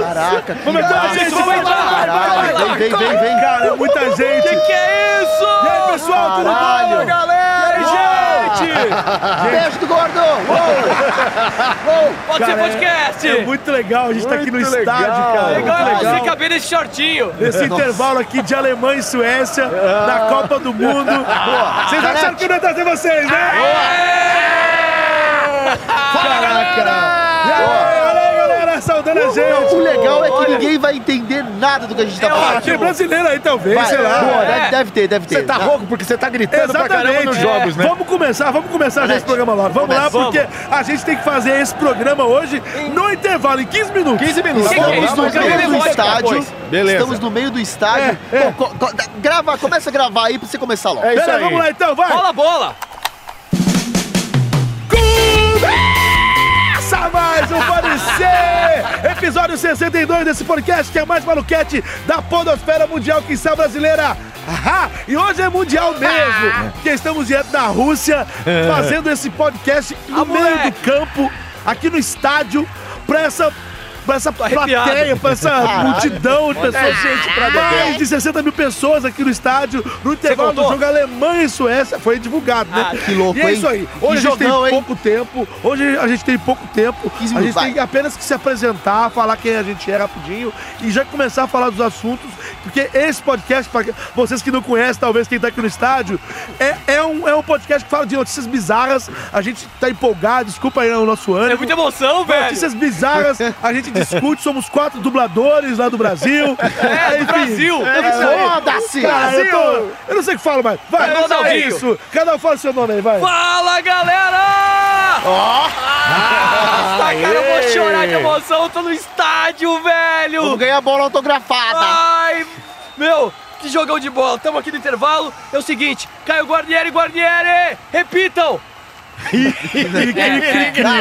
Caraca, que Começou, gente, vamos entrar! Caralho, Vai, vem, vai, vem, vem, vem. Cara, é muita gente! Que que é isso? E aí, pessoal, tudo bom, Caralho. galera? gente! Beijo do gordo! Uou! Pode ser podcast! É muito legal, a gente tá aqui no Muito estádio, legal. cara. legal é Muito você caber nesse shortinho! Nesse intervalo aqui de Alemanha e Suécia, na Copa do Mundo. Vocês acharam que eu não ia trazer vocês, né? Caraca! E aí, olha aí, galera, saudando a gente. é O legal é que Olha. ninguém vai entender nada do que a gente tá É falando. Ah, tem brasileiro aí, talvez, Vai, sei lá. boa, né? deve- É. Deve ter, deve ter. Você tá rouco porque você tá gritando pra caramba Exatamente. É. nos jogos, né? Vamos começar, vamos começar já Começa. esse programa logo. Vamos lá, porque Começa. a gente tem que fazer esse programa hoje no intervalo, em 15 minutos. Tá 15 minutos. Que que é Vamos isso? lá, Estamos mas no Cadê vamos meio do Levante estádio. depois. Beleza. Estamos no meio do estádio. É, é. Pô, co- co- grava, começa a gravar aí pra você começar logo. É isso Pera, aí. vamos lá então, vai. Bola, bola! Começa mais um Pode Ser! Episódio 62 desse podcast que é mais maluquete da podosfera mundial, que está brasileira. Ahá! E hoje é mundial mesmo, porque estamos direto da Rússia, fazendo esse podcast no Ah, meio do moleque. campo, aqui no estádio, pra essa... Pra essa arrepiado. plateia, pra essa multidão de pessoas. gente, pra mais de 60 mil pessoas aqui no estádio, no intervalo do contou? jogo Alemanha e Suécia. Foi divulgado, né? Ah, que louco, e é hein? isso aí. Que Hoje a gente tem jogão, hein? pouco tempo. Hoje a gente tem pouco tempo. A 15 gente minutos, tem apenas que se apresentar, falar quem a gente é rapidinho e já começar a falar dos assuntos, porque esse podcast, para vocês que não conhecem, talvez quem tá aqui no estádio, é, é, um, é um podcast que fala de notícias bizarras. A gente tá empolgado, desculpa aí o nosso ânimo. É muita emoção, velho! Notícias bizarras, a gente discute, somos quatro dubladores lá do Brasil. É, do Brasil! Foda-se! Cara, eu, tô- eu não sei o que falo mais. Vai, Vai, é Ronaldinho. isso. Cada um fala o seu nome aí, vai. Fala, galera! Ó! Nossa, cara, eu vou chorar de emoção, eu tô no estádio, Vamos velho! ganhar a bola Ah, autografada. Ai, meu, que jogão de bola! Tamo aqui no intervalo, é o seguinte, Caio Guarnieri, Guarnieri, repitam! É,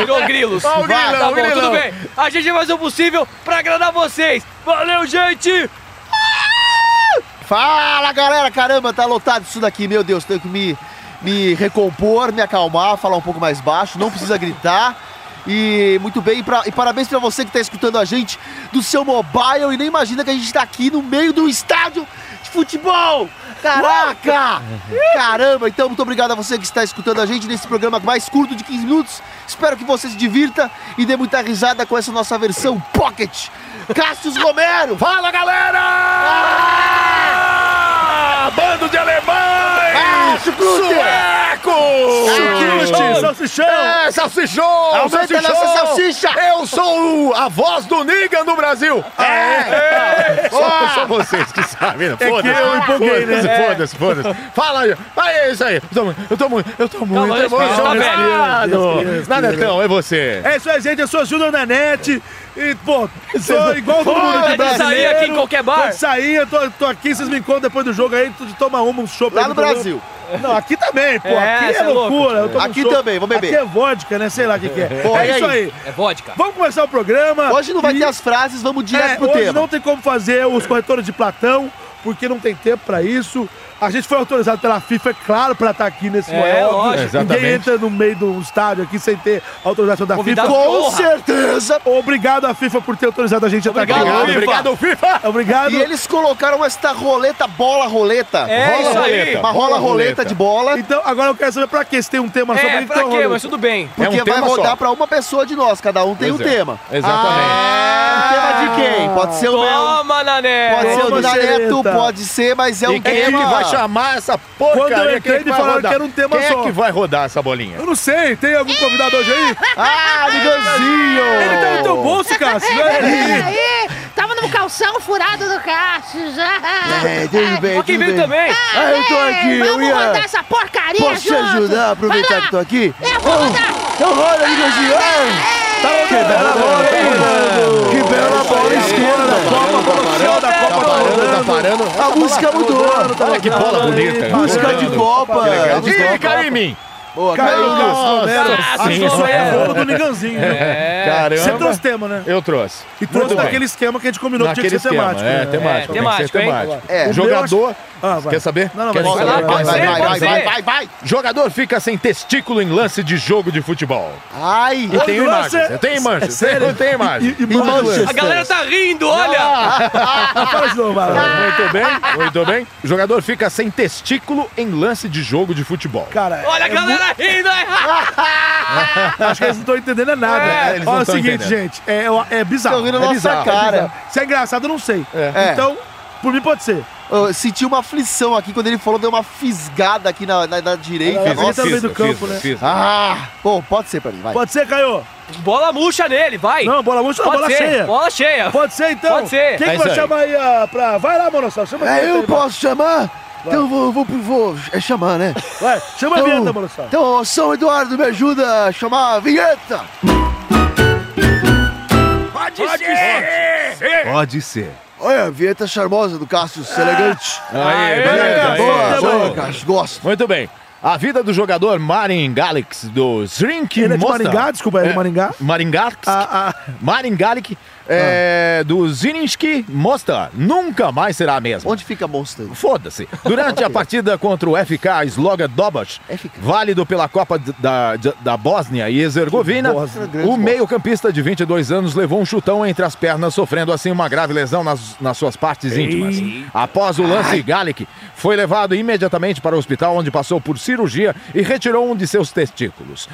Virou grilos. Ó, Vá, o grilão, tá o bom, grilão. tudo bem. A gente vai fazer o possível pra agradar vocês. Valeu, gente! Fala, galera! Caramba, tá lotado isso daqui, meu Deus. Tenho que me, me recompor, me acalmar, falar um pouco mais baixo. Não precisa gritar. E muito bem, e, pra- e parabéns pra você que tá escutando a gente do seu mobile e nem imagina que a gente tá aqui no meio do estádio de futebol! Caraca! Caramba, então muito obrigado a você que está escutando a gente nesse programa mais curto de 15 minutos. Espero que você se divirta e dê muita risada com essa nossa versão Pocket. Cássius Romero! Fala, galera! Bando de alemães! Ah, Chucrute! Suecos! Salsichão, salsichão. É, salsichão! Aumenta a nossa salsicha! Eu sou o- a voz do Niga no Brasil! É! Só, só vocês que sabem, né? que Foda-se! eu empolguei, né? Foda-se, foda-se, foda-se! Fala aí! Aí, é isso aí! Eu tô muito, eu tô muito, eu tô muito respira, tá emocionado! Nada então, é você! É isso aí, gente. Eu sou Júnior na net. E, pô, sou igual todo mundo Pode aqui brasileiro. sair aqui em qualquer bar. Pode sair, eu tô, tô aqui, vocês me encontram depois do jogo aí, tudo toma uma, um chopp. aí Lá no Brasil. programa. Não, aqui também, pô. É, aqui cê é é louco. loucura. eu tomo Aqui chopp. também, vou beber. Aqui é vodka, né? Sei lá o que, que é. Pô, e é isso aí? aí. É vodka. Vamos começar o programa. Hoje não vai E- ter as frases, vamos direto É, pro hoje tema. não tem como fazer os corretores de Platão, porque não tem tempo pra isso. A gente foi autorizado pela FIFA, é claro, pra estar aqui nesse É, momento. lógico. Exatamente. Ninguém entra no meio de um estádio aqui sem ter autorização da Convidado FIFA. Com Porra. certeza! Obrigado à FIFA por ter autorizado a gente a estar aqui. Obrigado, Obrigado, FIFA. obrigado, FIFA! Obrigado. E eles colocaram esta roleta, bola roleta. É Rola isso aí. roleta. É um Uma rola roleta de bola, Então, agora eu quero saber pra quê? Se tem um tema sobre É, então, pra quê? Rodolfo. Mas tudo bem. É um porque vai tema rodar só. pra uma pessoa de nós, cada um tem um Pois é. tema. Exatamente. Ah, um tema de quem? Pode ser o Mel, Toma, Nané! pode ser Toma, o Neto, Sereta. pode ser, mas é E um quem é tema. que vai chamar essa Quando eu porcaria? entrei, Quem é que me vai falaram rodar? que era um tema Quem só. é que vai rodar essa bolinha? Eu não sei, tem algum convidado hoje aí? Ah, amigãozinho! Ele tá no teu bolso, Cássio. É, né? Aí, tava no calção furado do Cássio já. É, tudo bem, Ó, quem tudo bem. veio também? Ah, eu tô aqui, Vamos eu ia- rodar essa porcaria Posso te junto. ajudar, Vai aproveitar lá. que tô aqui? Oh. Eu vou rodar. Tá Então roda, amigãozinho! Ai, É. que da hora, que Chutando é a bola esquerda da Copa, bola oficial da Copa tá Tá rolando. parando, tá A é música mudou. parando. Olha que bola bonita. Música de é Copa. Ih, caiu em mim. Boa, Caiu o caiu. Cássio Romero. Cássio Acho que isso aí é Romero. rolo do Niganzinho, né? É. É. Caramba. Você trouxe tema, né? Eu trouxe. E trouxe É, Muito bem. daquele esquema que a gente combinou que tinha Naquele que ser esquema. temático. É, né? temático. É, tem que ser temático, hein? temático. É. O jogador... Ah, vai. Quer saber? Não, não, Quer mas vai saber? lá, Quer Vai, pode saber? vai, ser, vai, vai, pode vai, ser. vai, vai. Jogador fica sem testículo em lance de jogo de futebol. Ai. Eu tenho lance- imagens. Eu tenho É imagens. sério? Eu tenho imagens. E, e, E Manchester. A galera tá rindo, olha! Fala de novo, vai lá. Muito bem, muito bem. O jogador fica sem testículo em lance de jogo de futebol. Cara, Olha a é muito- galera rindo! é. Tá, acho que eles não estão entendendo nada. É, eles não Olha o tão seguinte, entendendo. gente, é, é bizarro. Estão rindo é na nossa bizarro, É cara. bizarro. Se é engraçado, eu não sei. É. Então, por mim pode ser. Eu senti uma aflição aqui quando ele falou, deu uma fisgada aqui na, na, na direita. Fiz, Nossa. tá no meio do campo, né? Ah, bom, pode ser pra mim, vai. Pode ser, Caio? Bola murcha nele, vai! Não, bola murcha, não, Pode bola ser, cheia. bola cheia! Pode ser, então? Pode ser. Quem É que vai isso aí. chamar aí ah, pra... Vai lá, Monossauro, chama a É, eu vinheta aí, tá vai. posso chamar? Então vou, vou, vou, é chamar, né? Vai, chama a vinheta, Monossauro. então, São Eduardo, me ajuda a chamar a vinheta! Pode ser. Pode ser. Olha, a vinheta é charmosa do Cássio, É. elegante. Aí, beleza, boa, aí, boa, bom. Cássio, gosto. Muito bem. A vida do jogador Marin Galix do Shrink Ele é de Monster. Maringá, desculpa, ele é de Maringá? Maringá? Ah, ah, Maringalik é, do Zininski Mostar. Nunca mais será a mesma. Onde fica Monster? Foda-se. Durante a partida contra o FK Sloga Dobac, FK. válido pela Copa d- da, d- da Bósnia e Herzegovina, Bósnia, o meio-campista de 22 anos levou um chutão entre as pernas, sofrendo assim uma grave lesão nas, nas suas partes íntimas. Após o lance, Galic foi levado imediatamente para o hospital, onde passou por cirurgia e retirou um de seus testículos.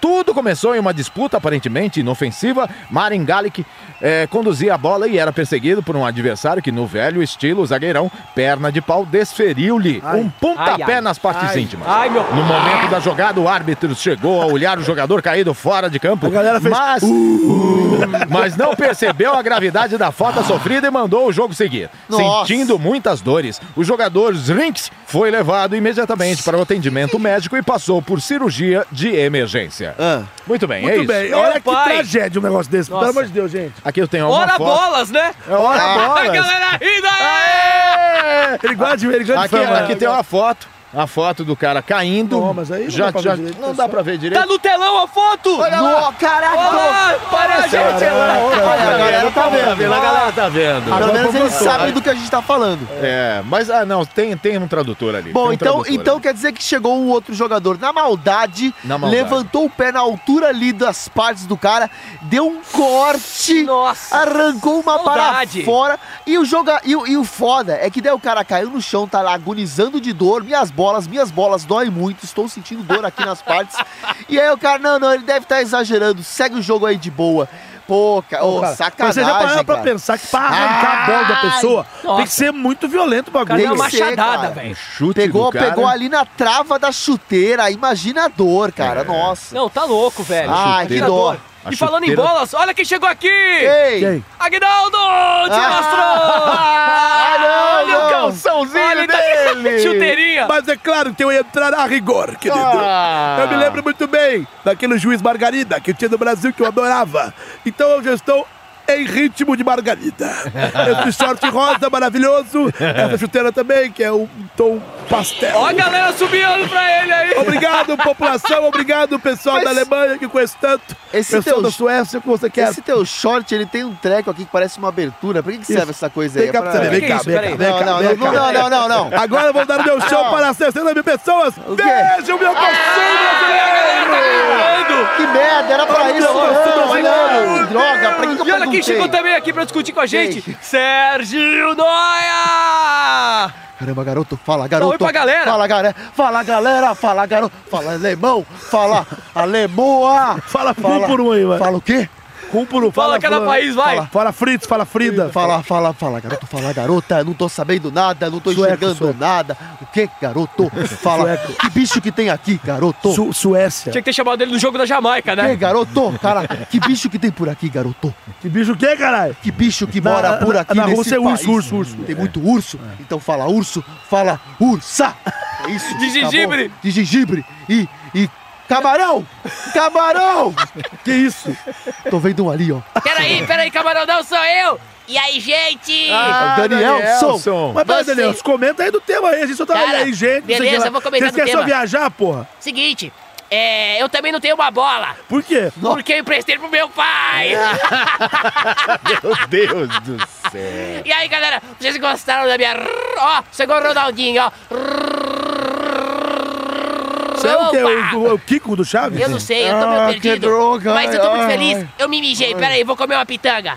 Tudo começou em uma disputa aparentemente inofensiva. Marin Galic eh, conduzia a bola e era perseguido por um adversário que, no velho estilo zagueirão, perna de pau, desferiu-lhe um pontapé Ai, ai. nas partes íntimas. Ai, meu No momento da jogada, o árbitro chegou a olhar o jogador caído fora de campo, A galera fez, "Uh". mas, mas não percebeu a gravidade da falta sofrida e mandou o jogo seguir. Nossa. Sentindo muitas dores, o jogador Zrinks foi levado imediatamente para o atendimento médico e passou por cirurgia de emergência. Ah. Muito bem, é Muito isso. bem, Meu olha que pai. tragédia um negócio desse, pelo Nossa. amor de Deus, gente. Aqui eu tenho uma Ora foto. bolas, né? É hora A bolas. galera rindo! É. Ele gosta de ele gosta de Aqui, fama. aqui tem uma foto, a foto do cara caindo. Não, mas aí não já, dá pra ver já- direito, não pessoal. dá pra ver direito. Tá no telão a foto! Olha Ó, caraca! lá! Para, gente! Olha, a galera tá vendo. a galera tá vendo. Pelo menos eles sabem do que a gente tá falando. É, mas ah, não, tem, tem um tradutor ali. tem Bom, um então, tradutor então ali. quer dizer que chegou um outro jogador na maldade, Na maldade. levantou o pé na altura ali das partes do cara, deu um corte, Nossa. arrancou uma Maldade. para fora e o, joga, e, o- e o foda é que daí o cara caiu no chão, tá lá agonizando de dor, minhas bolas, minhas bolas dói muito, estou sentindo dor aqui nas partes. E aí o cara, não, não, ele deve estar exagerando, segue o jogo aí de boa. Pô, ca- ô, Cara, sacanagem, Mas você já parou pra cara. pensar que pra arrancar a bola da pessoa tem que nossa. ser muito violento o Cara, bagulho. deu tem Tá uma que ser, machadada, cara. Um velho. chute Pegou, do cara. pegou ali na trava da chuteira, imagina a dor, cara, nossa. Não, tá louco, velho. Ai, Imagina que dó. a dor. A E falando em chuteira- bolas, olha quem chegou aqui! Ei! E aí? Aguinaldo! Te Ah. mostrou! Olha o calção! Olha, calçãozinho ele tá de chuteirinha! Mas é claro que eu ia entrar a rigor, querido. Ah. Eu me lembro muito bem daquele juiz Margarida que tinha no Brasil que eu adorava. Então eu já estou em ritmo de Margarida. Esse short rosa maravilhoso, essa chuteira também, que é um tom pastel. Ó a galera subindo pra ele aí! Obrigado, população, obrigado, pessoal Mas- da Alemanha que conhece tanto. Esse pessoal teu- da Suécia que você quer. Esse teu short, ele tem um treco aqui que parece uma abertura. Pra que, que serve essa coisa aí? Vem cá É pra pra- você ver, Que vem cá, isso? vem cá, Peraí. vem cá, Não, não, vem cá. não, não, não, não, não. Agora eu vou dar o meu show para 60 mil pessoas. quê? Ah. Vejam meu calção Olha a galera tá gritando! Que merda, era pra isso. não, Não, não, não, droga, pra que que eu E olha quem chegou perguntei? também aqui pra discutir com a gente! Sérgio Noia! Caramba, garoto, fala, um oi garoto. pra galera. Fala, galera. Fala, galera. Fala, garoto. Fala, alemão. Fala, alemoa. Fala um por um aí, mano. Fala o quê? Um por um. Fala cada país, vai. Fala, fala Fritz, fala Frida. Fala, fala, fala, garoto, fala, garota, não tô sabendo nada, não tô Sueco, enxergando sueco. nada. O que, garoto? Fala, Sueco. que bicho que tem aqui, garoto? Su- Suécia. Tinha que ter chamado ele no jogo da Jamaica, Que né? garoto, cara, que bicho que tem por aqui, garoto? Que bicho o quê, caralho? Que bicho que Na- mora na- por aqui na nesse Rússia é país? urso, urso, urso. Tem muito urso, então fala urso, fala ursa. É Isso. tá De bom? gengibre. De gengibre e, e Camarão! Camarão! que isso? Tô vendo um ali, ó. Peraí, peraí, camarão, não sou eu! E aí, É gente? o Danielson. Mas peraí, Você- Daniel, comenta aí do tema aí. A gente só tá Cara, aí, gente. não sei o que beleza, lá. eu vou comentar Vocês do querem só tema. viajar, porra? Seguinte, é, eu também não tenho uma bola, Por quê? porque eu emprestei pro meu pai! Ah. Meu Deus do céu. E aí, galera, vocês gostaram da minha. Ó, chegou o Ronaldinho, ó. Você é o quê? O, o- o Kiko do Chaves? Eu não sei, eu tô meio Ah, que perdido. droga, mas eu tô muito ai, feliz. ai. Eu me mijei, peraí, vou comer uma pitanga.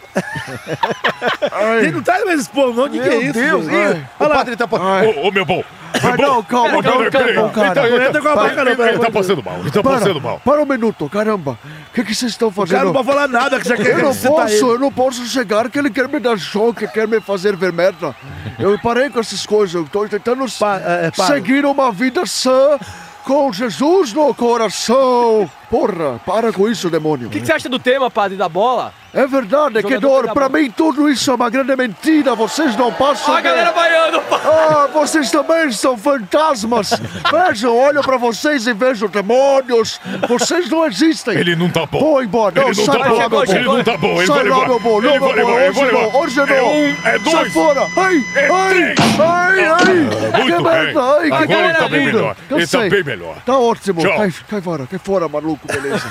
Ele não tá mais expondo, não. O que, que é Meu isso? Deus, gente? ih, Olha O lá. padre tá passando. Ô, ô, meu bom. Vai, não, calma, calma, calma, Então, cara. ele entra com a tá- boca, não, Ele tá peraí. passando mal, ele tá passando Para, mal. para um minuto, caramba. O que, que vocês estão O cara não fazendo? pode falar nada que você quer Eu não acrescentar posso, ele. "Tá eu não posso chegar que ele quer me dar choque, quer me fazer ver merda. Eu parei com essas coisas, eu tô tentando s- Pa- é, é, para. seguir uma vida sã com Jesus no coração. Porra, para com isso, demônio. O que você acha do tema, padre, da bola? É verdade, que dor. da Pra bola. mim tudo isso é uma grande mentira. Vocês não passam. Ó a de- galera vaiando, pá! Ah, vocês também são fantasmas. Vejam, olho pra vocês e vejo demônios. Vocês não existem. Ele não tá bom. Vou embora. Não, Ele não sai tá pra lá, bom, meu bom. ele não tá bom, ele Sai vai lá, levar. meu bom. Não, Ele meu vai bom. levar, ele Hoje vai não. levar. Hoje não. É um, é Sai dois. fora. Ai, É ai, três. Tá ai, ai. Muito Que merda. Ai, bem. que Agora ele tá bem maravilha. melhor. Ele tá Cansei. bem melhor. Tá ótimo. Tchau. Cai, cai fora, cai fora, maluco, beleza.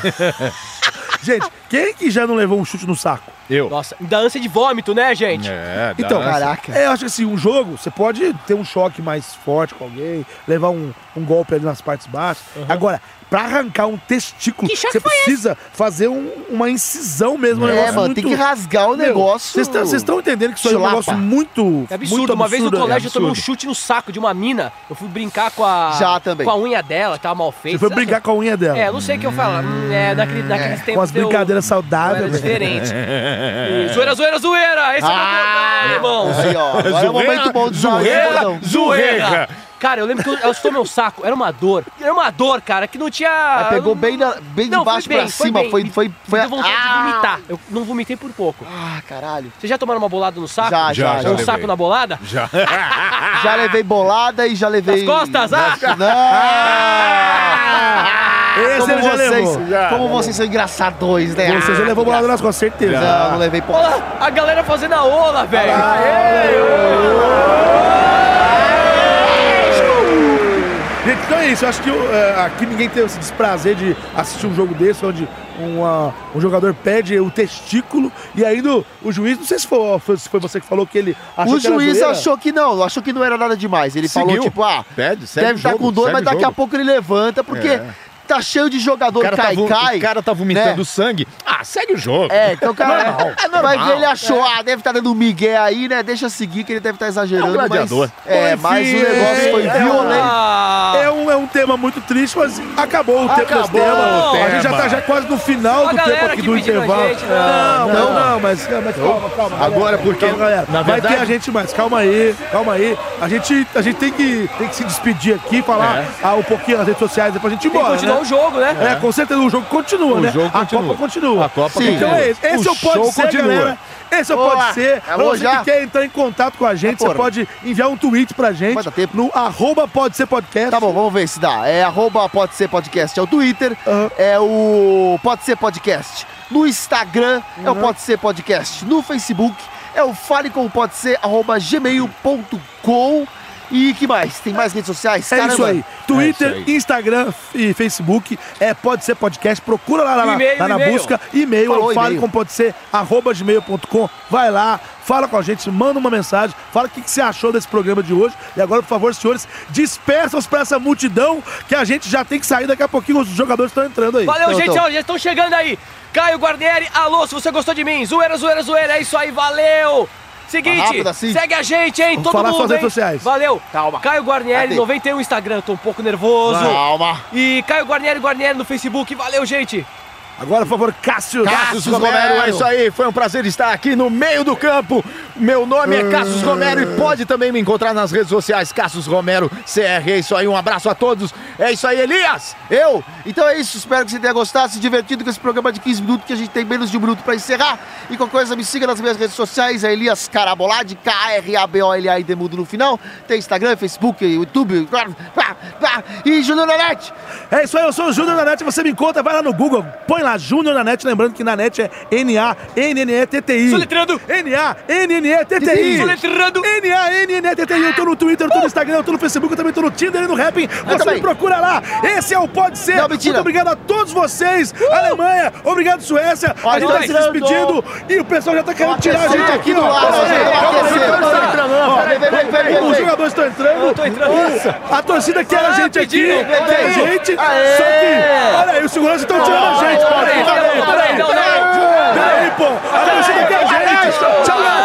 Gente, quem que já não levou um chute no saco? Eu. Nossa, me dá ânsia de vômito, né, gente? É, Então, dá- É, eu acho que assim, um jogo, você pode ter um choque mais forte com alguém, levar um, um golpe ali nas partes baixas. Agora, pra arrancar um testículo, você precisa fazer um- uma incisão mesmo. É, É um negócio muito- rasgar o Meu, vocês tão- Vocês estão entendendo que isso aí é um Chulapa. negócio muito. É absurdo. muito Uma vez no absurdo, né? colégio eu tomei um Absurdo. chute no saco de uma mina. Eu fui brincar com a. Já também. Com a unha dela, tava mal feita. Você foi sabe? brincar com a unha dela. É, não sei o que eu falo. Hum, É, naquele, naqueles tempos. com as eu- brincadeiras né? eu Era saudáveis. diferente. E zoeira, zoeira, zoeira! Esse é o meu bordão, irmão! Aí, ó. Agora é o momento bom de usar zoeira, o bordão. zoeira. Cara, eu lembro que eu, eu sou meu saco. Era uma dor. Era uma dor, cara, que não tinha. Aí pegou bem, na, bem Não, de foi baixo bem, pra foi cima. bem. Foi, foi, foi, Me deu vontade de vomitar. Eu não vomitei por pouco. Ah, caralho. Vocês já tomaram uma bolada no saco? Já, já, Já, já. Um levei. saco na bolada? Já. Já levei bolada e já levei. Nas costas, ah! Não! Esse Como ele já levou. vocês, como vocês são engraçadões, né? Você já levou bolada nas costas, certeza. Não, não levei Olha porra. lá, a galera fazendo a ola, velho. Gente, então é isso. Eu acho que eh, aqui ninguém teve esse desprazer de assistir um jogo desse, onde uma- um jogador pede o testículo e ainda o, o juiz, não sei se foi, foi- se foi você que falou que ele achou O que era juiz zoeira. achou que não, achou que não era nada demais. Ele falou, Seguiu. tipo, ah, Pede, segue deve o estar jogo, com dor, segue mas o daqui a jogo. pouco ele levanta, porque É. tá cheio de O jogador cara, tá, vom- cai-cai. o cara tá vomitando né? sangue. Ah, segue o jogo. É, então o cara. É normal. Vai ver, ele achou, ah, deve estar dando um migué aí, né? Deixa seguir que ele deve estar exagerando. É um gladiador. Mas, é, Foi, mas o enfim, um negócio foi é, violento. Ah, É um, é um tema muito triste, mas acabou o tempo desse Acabou tema. o A gente já tema. tá já quase no final Só a do tempo galera aqui que do pediu a intervalo. gente, né? não, não, não, não, mas, mas calma, calma. galera. Agora, porque- Calma, Então, galera. na Vai verdade- ter a gente mais, calma aí, calma aí. A gente, a gente tem, que, tem que se despedir aqui, falar ah, um pouquinho nas redes sociais, depois a gente ir tem que embora. continuar né? o jogo, né? É, com certeza o jogo continua, O né? jogo a continua. Copa continua. A Copa Sim. Então continua. é esse. Esse é o Pode show Ser, continua. galera. Esse é o Boa. Pode Ser. Pra Acabou você já? que quer entrar em contato com a gente, você porra. pode enviar um tweet pra gente Mas dá tempo. no arroba Pode Ser Podcast. Tá bom, vamos ver se dá. É arroba pode ser podcast é o Twitter, é o pode ser podcast no Instagram, é o pode ser podcast no Facebook, é o fale com pode ser arroba gmail.com e que mais? Tem mais redes sociais? É isso aí. Twitter, É isso aí. Instagram e Facebook. É Pode Ser Podcast. Procura lá, lá, lá, E-mail, lá na e-mail. busca. E-mail, Falou, eu falo e-mail. com pode ser, arroba gmail.com. Vai lá, fala com a gente, manda uma mensagem, fala o que, que você achou desse programa de hoje. E agora, por favor, senhores, dispersam-se pra essa multidão que a gente já tem que sair daqui a pouquinho. Os jogadores estão entrando aí. Valeu, Então, gente, então. ó, já estão chegando aí. Caio Guarnieri, alô, se você gostou de mim, zoeira, zoeira, zoeira, é isso aí, valeu! Seguinte, Tá rápido assim? segue a gente, hein, Vou todo falar mundo, suas redes hein? sociais. Valeu. Calma. Caio Guarnieri, Cadê? 91 Instagram, tô um pouco nervoso. Calma. E Caio Guarnieri, Guarnieri no Facebook, valeu, gente. Agora, por favor, Cássio. Cassius Romero, é isso aí. Foi um prazer estar aqui no meio do campo. Meu nome é Cassius Romero e Ah. pode também me encontrar nas redes sociais. Cassius Romero, CR. É isso aí. Um abraço a todos. É isso aí, Elias. Eu? Então é isso, espero que você tenha gostado, se divertido com esse programa de 15 minutos, que a gente tem menos de um minuto pra encerrar. E qualquer coisa, me siga nas minhas redes sociais, é Elias Carabolade, K-A-R-A-B-O-L-A e Demudo no final. Tem Instagram, Facebook, YouTube, blá, blá, blá. e Júnior Nanete. É isso aí, eu sou o Júnior da Net, você me encontra, vai lá no Google, põe lá Júnior da Net, lembrando que na Net é N-A-N-N-E-T-T-I. Soletrando. N-A-N-N-E-T-T-I. Soletrando. N-A-N-N-E-T-T-I. Eu tô no Twitter, eu tô no Instagram, eu tô no Facebook, eu também tô no Tinder e no Rapping. Você me também. procura lá. Esse é o Pode Ser. Não, mentira. Uh! Muito obrigado a todos vocês. Alemanha, obrigado Suécia. a Olha, gente tá se Fernando. despedindo e o pessoal já tá querendo tirar a gente aquecendo aqui, aqui do ó. lado, Olha aí, gente, olha aquecendo. aí, olha Vem, aí. vem, vem, vem, vem, Os vem. jogadores estão entrando. Eu tô entrando. A torcida quer a gente aqui. Rapidinho, Quer a rapidinho. gente. Só que, olha aí, os seguranças estão tirando a gente. Peraí, peraí, peraí, não, não. Peraí, pô. A torcida quer a gente. Tchau, galera.